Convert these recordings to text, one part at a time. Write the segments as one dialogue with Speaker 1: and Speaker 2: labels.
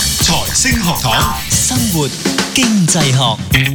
Speaker 1: 星學堂，
Speaker 2: 生活經濟學，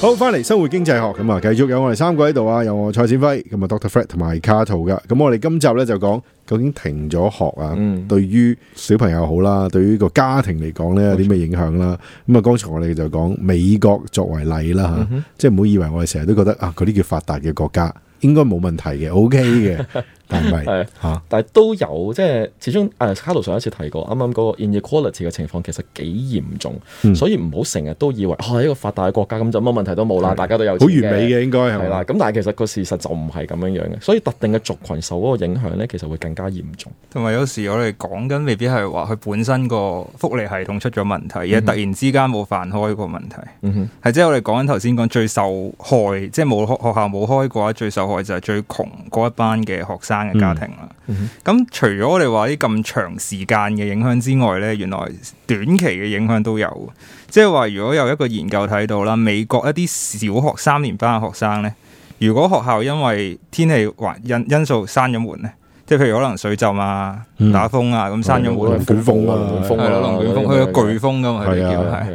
Speaker 3: 好，翻嚟生活經濟學咁啊，繼續有我哋三個喺度啊，有我蔡展輝，咁啊 Doctor Fred 同埋 Cato 噶。咁我哋今集咧就講究竟停咗學啊，
Speaker 4: 嗯
Speaker 3: 對於小朋友好啦，對於個家庭嚟講咧有啲咩影響啦。咁啊，剛才我哋就講美國作為例啦
Speaker 4: 嗯
Speaker 3: 吓，即係唔好以為我哋成日都覺得啊，嗰啲叫發達嘅國家應該冇問題嘅，OK 嘅， 但係
Speaker 4: 係
Speaker 3: 吓
Speaker 4: 但係都有即係始終誒卡路上一次提過，啱啱嗰個 inequality 嘅情況其實幾嚴重，
Speaker 3: 嗯
Speaker 4: 所以唔好成日都以為啊一個發達嘅國家咁就乜問題都冇啦，
Speaker 3: 係
Speaker 4: 大家都有
Speaker 3: 好
Speaker 4: 錢
Speaker 3: 完美嘅應該係
Speaker 4: 係啦。
Speaker 3: 咪？
Speaker 4: 咁但係其實個事實就唔係咁樣樣嘅，所以特定嘅族群受嗰個影響咧，其實會更加嚴重。
Speaker 5: 同埋有時我哋講緊未必係話佢本身個福利系統出咗問題，而係突然之間冇飯開個問題，
Speaker 4: 嗯哼，
Speaker 5: 係即係我哋講緊頭先講最受害，即係冇學學校冇開嘅話，最受害就係最窮嗰一班嘅學生嘅家庭啦。
Speaker 4: 嗯
Speaker 5: 咁、除咗我哋話啲咁長時間嘅影響之外呢，原來短期嘅影響都有，即係話如果有一個研究睇到啦，美國一啲小學三年班嘅學生呢，如果學校因為天氣環因因素閂咗門呢，即係譬如可能水浸啊、
Speaker 3: 嗯
Speaker 5: 打風啊，咁閂咗門
Speaker 3: 龍捲風啊
Speaker 4: 龍捲
Speaker 5: 係
Speaker 4: 風
Speaker 5: 啦，龍捲風，佢有颶風噶嘛，佢哋叫
Speaker 3: 係啊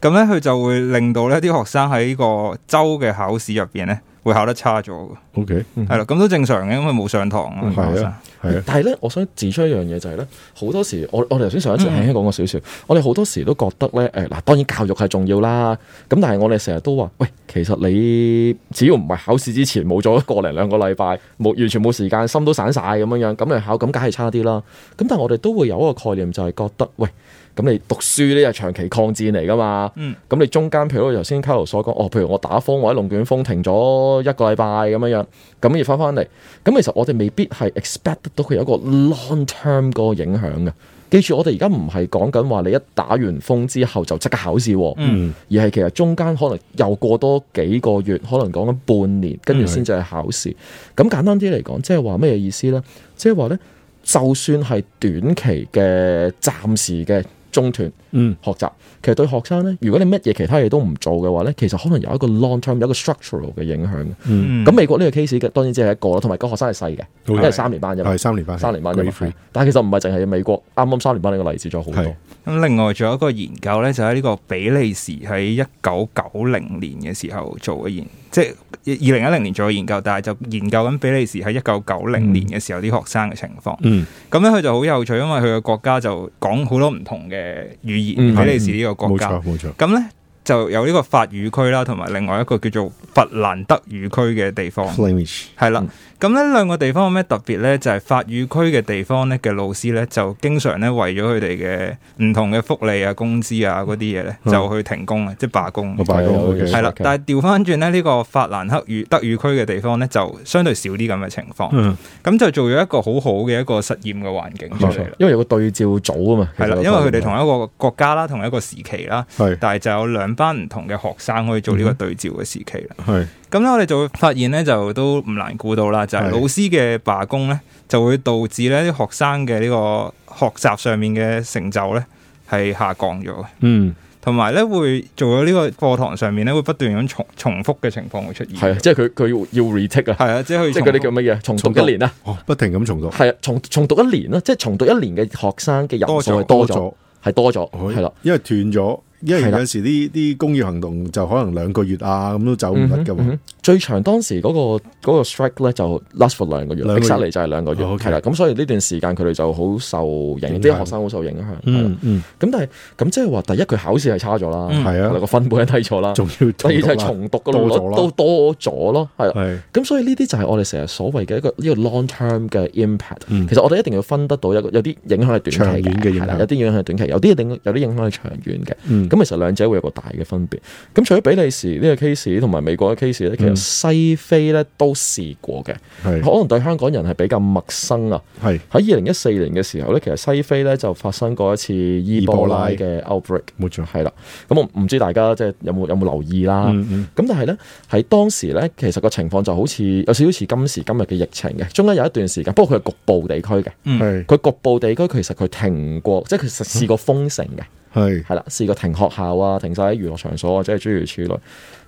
Speaker 5: 係。咁咧，佢就會令到呢啲學生喺個州嘅考試入邊咧，會考得差咗嘅。
Speaker 3: OK，
Speaker 5: 係啦，咁都正常嘅，因為冇上堂啊嘛。
Speaker 3: 嗯係啊
Speaker 5: 學生
Speaker 3: 係啊，
Speaker 4: 但係咧，我想指出一樣嘢就係、咧，好多時我我哋頭先上一
Speaker 3: 嗯
Speaker 4: 次輕輕講過少少，我哋好多時都覺得咧，誒、嗱，當然教育係重要啦，咁但係我哋成日都話，喂，其實你只要唔係考試之前冇咗個零兩個禮拜，冇完全冇時間，心都散晒咁樣樣，咁你考咁梗係差啲啦。咁但係我哋都會有一個概念就係覺得，喂，咁你讀書呢係長期抗戰嚟㗎嘛，
Speaker 5: 嗯
Speaker 4: 咁你中間譬如好似頭先 Carlo 所講，哦，譬如我打風或者龍捲風停咗一個禮拜咁樣樣，咁而翻翻嚟，咁其實我哋未必係 expect 得到佢有一個 long term 嗰個影響嘅。記住，我哋而家唔係講緊話你一打完風之後就即刻考試喎，
Speaker 5: 嗯
Speaker 4: 而係其實中間可能又過多幾個月，可能講緊半年，跟住先至係考試。咁簡單啲嚟講，即係話咩意思呢？即係話呢，就算係短期嘅暫時嘅中斷，
Speaker 3: 嗯，
Speaker 4: 學習，其實對學生呢，如果你乜嘢其他嘢都唔做嘅話呢，其實可能有一個 long term 有一個 structural 嘅影響嘅。
Speaker 5: 嗯
Speaker 4: 咁、美國呢個 case 嘅當然只係一個啦，同埋個學生係細嘅，
Speaker 3: 好
Speaker 4: 因為三年班啫嘛
Speaker 3: 係，三年班，
Speaker 4: 三年班啫
Speaker 3: Grade
Speaker 4: 嘛
Speaker 3: three
Speaker 4: 係。但係其實唔係淨係美國，啱啱三年班呢個例子仲有好
Speaker 3: 係
Speaker 4: 多。
Speaker 5: 咁另外仲有一個研究咧，就喺呢個比利時喺一九九零年嘅時候做嘅研，即係二零一零年做嘅研究，但係就研究緊比利時喺一九九零年嘅時候啲學生嘅情況。
Speaker 3: 嗯
Speaker 5: 咁咧佢就好有趣，因為佢嘅國家就講好多唔同嘅語言，
Speaker 4: 嗯
Speaker 5: 比利時呢個
Speaker 3: 冇
Speaker 5: 國家。
Speaker 3: 錯冇錯，
Speaker 5: 咁咧就有呢個法語區啦，同埋另外一個叫做佛蘭德語區嘅地方，
Speaker 3: Flemish
Speaker 5: 係啦
Speaker 4: 嗯。
Speaker 5: 咁呢兩個地方有咩特別咧？就係、法語區嘅地方咧嘅老師咧，就經常咧為咗佢哋嘅唔同嘅福利啊、工資啊嗰啲嘢咧，
Speaker 3: 嗯
Speaker 5: 就去停工啊，即係罷工
Speaker 3: 我。拜
Speaker 4: 係啊
Speaker 3: 公
Speaker 4: 我
Speaker 3: OK，
Speaker 4: 記
Speaker 5: 係啦，
Speaker 4: Okay
Speaker 5: 但係調翻轉咧，呢、個法蘭克語德語區嘅地方咧，就相對少啲咁嘅情況。咁、
Speaker 3: 嗯
Speaker 5: 就做咗一個好好嘅一個實驗嘅環境出嚟啦。
Speaker 4: 因為有個對照組啊嘛，其
Speaker 5: 係
Speaker 4: 實
Speaker 5: 啦，
Speaker 4: 有
Speaker 5: 因為佢哋同一個國家啦，同一個時期啦，
Speaker 3: 係
Speaker 5: 但係就有兩班唔同嘅學生可以做呢個對照嘅時期啦。
Speaker 3: 係
Speaker 5: 咁咧、我哋就會發現咧，就都唔難估到啦，就係、
Speaker 3: 係
Speaker 5: 老師嘅罷工咧，就會導致咧啲學生嘅呢個學習上面嘅成就咧係下降咗嘅，
Speaker 3: 嗯。
Speaker 5: 同埋咧會做咗呢個課堂上面咧會不斷咁重重複嘅情況會出現。
Speaker 4: 係啊，即係佢佢要要 retake 啊，
Speaker 5: 係啊，即係佢
Speaker 4: 即係嗰啲叫
Speaker 5: 重複
Speaker 4: 乜嘢？重
Speaker 3: 重
Speaker 4: 讀
Speaker 3: 讀
Speaker 4: 一年啊，
Speaker 3: 哦，不停咁重讀，
Speaker 4: 係啊，重重讀一年啦，即係重讀一年嘅學生嘅人數係多
Speaker 3: 多
Speaker 4: 咗，
Speaker 3: 咗，
Speaker 4: 係多咗，
Speaker 3: 哦
Speaker 4: 係啦。
Speaker 3: 因為斷咗，因為
Speaker 4: 係啦
Speaker 3: 有時啲啲工業行動就可能兩個月啊咁都走唔甩噶
Speaker 4: 嗯哼
Speaker 3: 嘛
Speaker 4: 嗯，哼最長當時嗰、個嗰個 strike 咧就 last for 兩個月
Speaker 3: 兩個月
Speaker 4: ，exactly 就係兩個月，
Speaker 3: 哦，OK
Speaker 4: 係啦、咁所以呢段時間佢哋就好受影，
Speaker 3: 影響
Speaker 4: 啲學生好受影響。係啦
Speaker 3: 嗯嗯，
Speaker 4: 咁、但係咁即係話，第一佢考試係差咗啦，
Speaker 5: 嗯
Speaker 3: 係
Speaker 4: 係啦
Speaker 3: 啊，
Speaker 4: 個分貝係低咗啦，
Speaker 3: 仲要
Speaker 4: 第二就係
Speaker 3: 重
Speaker 4: 重讀嘅率
Speaker 3: 多咗啦
Speaker 4: 都多咗咯，係
Speaker 3: 讀
Speaker 4: 啦。
Speaker 3: 啦，
Speaker 4: 咁所以呢啲就係我哋成日所謂嘅一個呢、個 long term 嘅 impact、
Speaker 3: 嗯
Speaker 4: 其實我哋一定要分得到有個有啲影響係短期
Speaker 3: 長遠嘅影響
Speaker 4: 係啦有啲影響係短期，有啲影有啲影響係長遠嘅。
Speaker 3: 嗯
Speaker 4: 咁其實兩者會有個大嘅分別。咁除咗比利時呢個 case 同埋美國嘅 case 咧，其實
Speaker 3: 嗯
Speaker 4: 西非咧都試過嘅，
Speaker 3: 係
Speaker 4: 可能對香港人係比較陌生啊。
Speaker 3: 係
Speaker 4: 喺二零一四年嘅時候咧，其實西非咧就發生過一次伊波拉嘅 outbreak，
Speaker 3: 冇錯，
Speaker 4: 係啦。咁我唔知大家即係有冇有冇留意啦。
Speaker 3: 嗯嗯
Speaker 4: 咁但係咧，喺當時咧，其實個情況就好似有少少似今時今日嘅疫情嘅，中間有一段時間，不過佢係局部地區嘅，
Speaker 3: 係
Speaker 4: 佢局部地區其實佢停
Speaker 3: 嗯
Speaker 4: 過，即係佢實試過封城嘅，
Speaker 3: 係
Speaker 4: 係啦，試過停學校啊，停晒喺娛樂場所啊，即係諸如此類。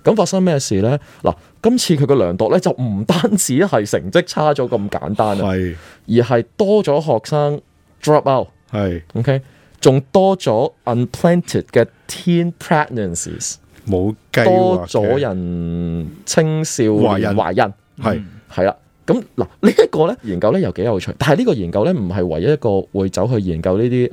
Speaker 4: 咁發生咩事咧？嗱，今次佢嘅量度咧就唔單止係成績差咗咁簡單啊，
Speaker 3: 係
Speaker 4: 而係多咗學生 drop out。
Speaker 3: 系
Speaker 4: OK，仲多咗 unplanted 嘅 teen pregnancies，
Speaker 3: 冇计
Speaker 4: 多咗人青少
Speaker 3: 懷
Speaker 4: 年
Speaker 3: 孕
Speaker 4: 懷孕，
Speaker 3: 系
Speaker 4: 係啦。咁嗱，呢一個咧研究咧又幾有趣，但係呢個研究咧唔係唯一一個會走去研究呢啲誒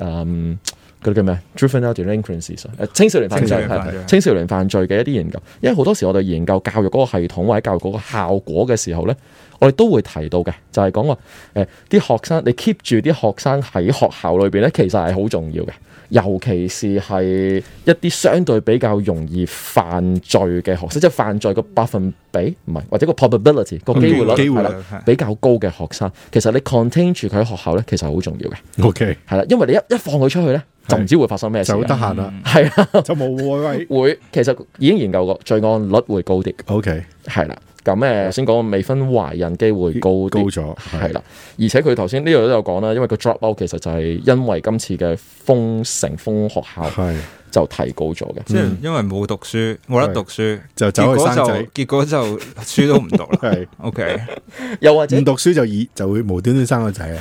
Speaker 4: 嗰啲叫咩 juvenile delinquencies 啊誒青少年犯罪
Speaker 5: 青少年犯罪
Speaker 4: 係青少年犯罪嘅一啲研究，因為好多時我哋研究教育嗰個系統或者教育嗰個效果嘅時候咧，我哋都會提到嘅，就係講話誒啲學生你 keep 住啲學生喺學校裏邊咧，其實係好重要嘅，尤其是係一啲相對比較容易犯罪嘅學生，即係犯罪個百分比唔係或者個 probability 個機會率
Speaker 3: 嗯機會
Speaker 4: 係
Speaker 3: 率
Speaker 4: 啦。比較高嘅學生，其實你 contain 住佢喺學校咧，其實係好重要嘅，
Speaker 3: ，OK，
Speaker 4: 係啦，因為你一一放佢出去咧，就唔知會發生咩事
Speaker 3: 就得
Speaker 4: 啦，
Speaker 3: 闲啦，
Speaker 4: 係啊啦，
Speaker 3: 就冇位位
Speaker 4: 會其實已經研究過，罪案率會高啲，
Speaker 3: ，OK，
Speaker 4: 係啦。咁誒，頭先講未婚懷孕機會高啲
Speaker 3: 高咗係
Speaker 4: 係啦。而且佢頭先呢度都有講啦，因為個 drop out 其實就係因為今次嘅封城封學校
Speaker 3: 系
Speaker 4: 就提高咗嘅。
Speaker 5: 即係因為冇讀書，冇得讀書，
Speaker 3: 就走
Speaker 5: 結
Speaker 3: 去
Speaker 5: 果
Speaker 3: 生
Speaker 5: 就
Speaker 3: 仔
Speaker 5: 結 果就書都唔讀啦。
Speaker 3: 系。
Speaker 5: OK，
Speaker 4: 又或者
Speaker 3: 唔讀書就以就會無端端生個仔啊，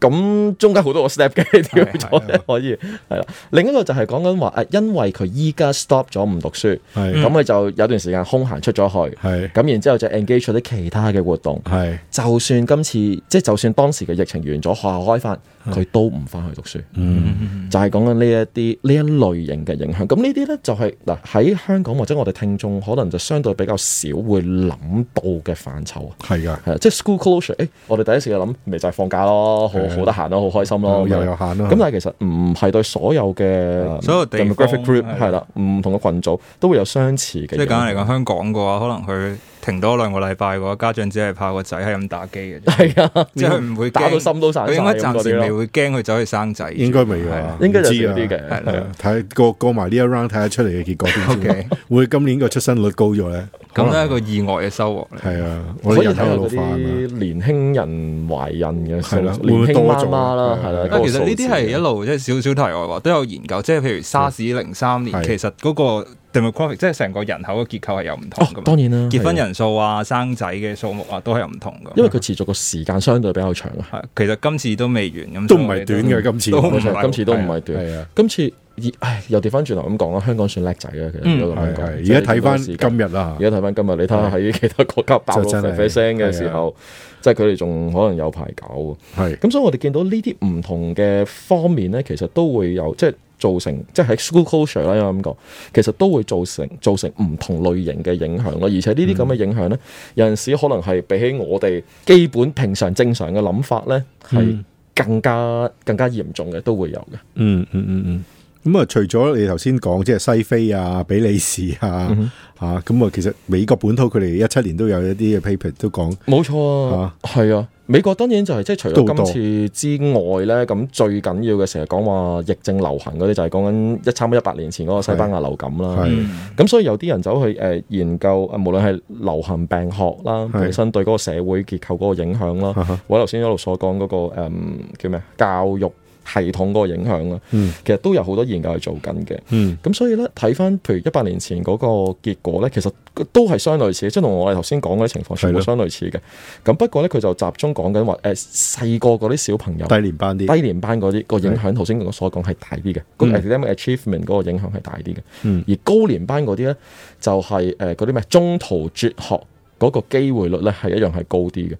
Speaker 4: 咁中間好多個 step 嘅跳咗
Speaker 3: 係係
Speaker 4: 可以係啦。另一個就係講緊話誒，啊因為佢依家 stop 咗唔讀書，
Speaker 3: 係
Speaker 4: 咁佢就有段時間空閒出咗去，
Speaker 3: 係
Speaker 4: 咁然之後就 engage 咗啲其他嘅活動。
Speaker 3: 係
Speaker 4: 就算今次即係就算當時嘅疫情完咗，學校開翻，
Speaker 5: 嗯
Speaker 4: 佢都唔翻去讀書。嗯，就係講緊呢一啲呢一類型嘅影響。咁呢啲呢，就係嗱喺香港或者我哋聽眾可能就相對比較少會諗到嘅範疇。
Speaker 3: 係噶，
Speaker 4: 係啊，即係 school closure，誒、我哋第一時間諗，咪就係放假咯，好
Speaker 3: 係啊
Speaker 4: 好得閒咯，好開心
Speaker 5: 嗯
Speaker 4: 咯，
Speaker 3: 又
Speaker 4: 咁樣
Speaker 3: 有限啦
Speaker 4: 咁但啊係其實唔係對所有嘅嗯
Speaker 5: 所有地方
Speaker 4: demographic group
Speaker 5: 係
Speaker 4: 係啦，唔同嘅群組都會有相似嘅
Speaker 5: 即
Speaker 4: 嘢。
Speaker 5: 係簡單嚟講，香港嘅話，可能佢停多兩個禮拜嘅話，家長只係怕個仔係咁打機 嘅啫，
Speaker 4: 係啊，
Speaker 5: 即係佢唔會驚
Speaker 4: 打到心都散
Speaker 5: 佢
Speaker 4: 晒
Speaker 5: 應該
Speaker 4: 咁嗰
Speaker 5: 暫時
Speaker 4: 啲
Speaker 5: 未
Speaker 4: 咯，
Speaker 5: 會驚佢走去生仔住，
Speaker 3: 應該未㗎
Speaker 5: 係啊
Speaker 3: 嘛，
Speaker 4: 應該就
Speaker 3: 唔知
Speaker 4: 少
Speaker 3: 啊
Speaker 4: 啲嘅。
Speaker 5: 係
Speaker 4: 係
Speaker 5: 啦
Speaker 4: 啊
Speaker 3: 睇過過埋呢一 round 睇下出嚟嘅結果 點
Speaker 5: OK
Speaker 3: 先，會今年個出生率高咗咧，可
Speaker 5: 咁都係
Speaker 3: 能
Speaker 5: 一個意外嘅收穫嚟。
Speaker 3: 係啊，我
Speaker 4: 可
Speaker 3: 哋
Speaker 4: 以
Speaker 3: 人
Speaker 4: 睇下
Speaker 3: 口老
Speaker 4: 嗰
Speaker 3: 化啊嘛，
Speaker 4: 啲年輕人懷孕嘅數，
Speaker 3: 係啦會唔
Speaker 4: 年
Speaker 3: 會
Speaker 4: 輕
Speaker 3: 多
Speaker 4: 媽
Speaker 3: 咗
Speaker 4: 媽啦，
Speaker 3: 係
Speaker 4: 係啦。
Speaker 3: 啊
Speaker 4: 嗰個
Speaker 5: 其實呢啲
Speaker 4: 數字啊
Speaker 5: 係一路即係少少題外話，都有研究，即係譬如沙士零三年，
Speaker 3: 係
Speaker 5: 其實嗰個 demographic 即係成個人口嘅結構係有唔同
Speaker 4: 哦，
Speaker 5: 噶嘛，
Speaker 4: 當然啦，
Speaker 5: 結婚
Speaker 4: 係啊
Speaker 5: 人數啊、生仔嘅數目啊都係有唔同噶。
Speaker 4: 因為佢持續個時間相對比較長啊，
Speaker 5: 係其實今次都未完咁，
Speaker 3: 都唔係短嘅今次，
Speaker 5: 都唔
Speaker 4: 冇
Speaker 5: 係
Speaker 4: 錯，今次都唔哦係短。
Speaker 3: 係啊，
Speaker 4: 今次，咦唉，又調翻轉頭咁講啦，香港算叻仔啊嘅，其實如果咁
Speaker 3: 係
Speaker 4: 樣講
Speaker 3: 係，而家睇翻
Speaker 4: 嗯即係呢段時間
Speaker 3: 今日啦
Speaker 4: 而，家睇翻今日，你睇下喺其他國家爆
Speaker 3: 就
Speaker 4: 到
Speaker 3: 真係
Speaker 4: 啡啡聲嘅時候，即係佢哋仲可能有排搞喎。
Speaker 3: 係
Speaker 4: 咁所以我哋見到呢啲唔同嘅方面咧，其實都會有即係造成，即係喺 school culture 啦，有咁講，其實都會造成造成唔同類型嘅影響咯。而且呢啲
Speaker 3: 嗯
Speaker 4: 咁嘅影響咧，有陣時可能係比起我哋基本平常正常嘅諗法咧，係更加更加嚴重嘅，都會有嘅。
Speaker 3: 嗯嗯嗯嗯。咁啊，除咗你頭先講即係西非啊、比利時啊，
Speaker 4: 嗯
Speaker 3: 嚇咁啊，其實美國本土佢哋一七年都有一啲嘅 paper 都講
Speaker 4: 冇錯啊，係啊。美國當然就係、即係除
Speaker 3: 都好多
Speaker 4: 咗今次之外咧，咁最緊要嘅成日講話疫症流行嗰啲，就係講緊一差唔多一百年前嗰個西班牙流感啦。
Speaker 5: 嗯
Speaker 3: 係
Speaker 4: 咁所以有啲人走去誒、呃研究，呃無論係流行病學啦，本身對嗰個社會結構嗰個影響啦，或者頭先一路所講嗰、個、嗯叫咩教育系統嗰個影響啦，
Speaker 3: 嗯
Speaker 4: 其實都有好多研究係做緊嘅。
Speaker 3: 嗯
Speaker 4: 咁所以咧，睇翻譬如一百年前嗰個結果咧，其實都係相類似，即係同我哋頭先講嗰啲情況全部
Speaker 3: 係咯
Speaker 4: 相類似嘅。咁不過咧，佢就集中講緊話誒細個嗰啲小朋友
Speaker 3: 低年班啲，
Speaker 4: 低年班嗰啲個影響，頭先我所講係大啲嘅，個
Speaker 3: 嗯
Speaker 4: academic achievement 嗰個影響係大啲嘅。
Speaker 3: 嗯
Speaker 4: 而高年班嗰啲咧，就係誒嗰啲咩中途輟學嗰個機會率咧，係一樣係高啲嘅。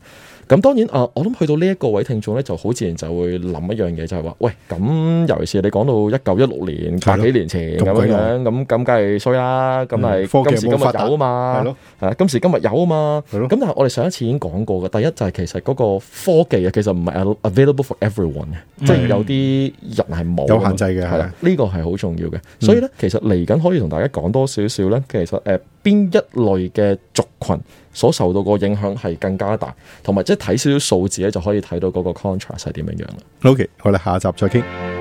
Speaker 4: 咁當然啊、我諗去到呢一個位聽眾咧，就好自然就會諗一樣嘢，就係話，喂，咁尤其是你講到一九一六年
Speaker 3: 係咯
Speaker 4: 百幾年前
Speaker 3: 咁
Speaker 4: 咁
Speaker 3: 鬼
Speaker 4: 樣
Speaker 3: 耐
Speaker 4: 樣，咁咁梗係衰啦，咁
Speaker 3: 嗯
Speaker 4: 係
Speaker 3: 科技
Speaker 4: 今時今
Speaker 3: 冇
Speaker 4: 日
Speaker 3: 發達
Speaker 4: 有啊嘛，
Speaker 3: 係咯，
Speaker 4: 係啊，今時今日有啊嘛，
Speaker 3: 係咯
Speaker 4: 咁但係我哋上一次已經講過嘅，第一就係其實嗰個科技啊，其實唔係 available for everyone 嘅，即係有啲人係冇啊嘛
Speaker 3: 嗯有限制嗯嘅
Speaker 4: 係啦，呢個係好重要嘅。所以咧，其實嚟緊可以同大家講多少少咧，其實誒邊一類嘅族群所受到個影響係更加大，同埋即係睇少少數字咧就可以睇到嗰個 contrast 係點樣樣啦。
Speaker 3: OK，我哋下集再傾。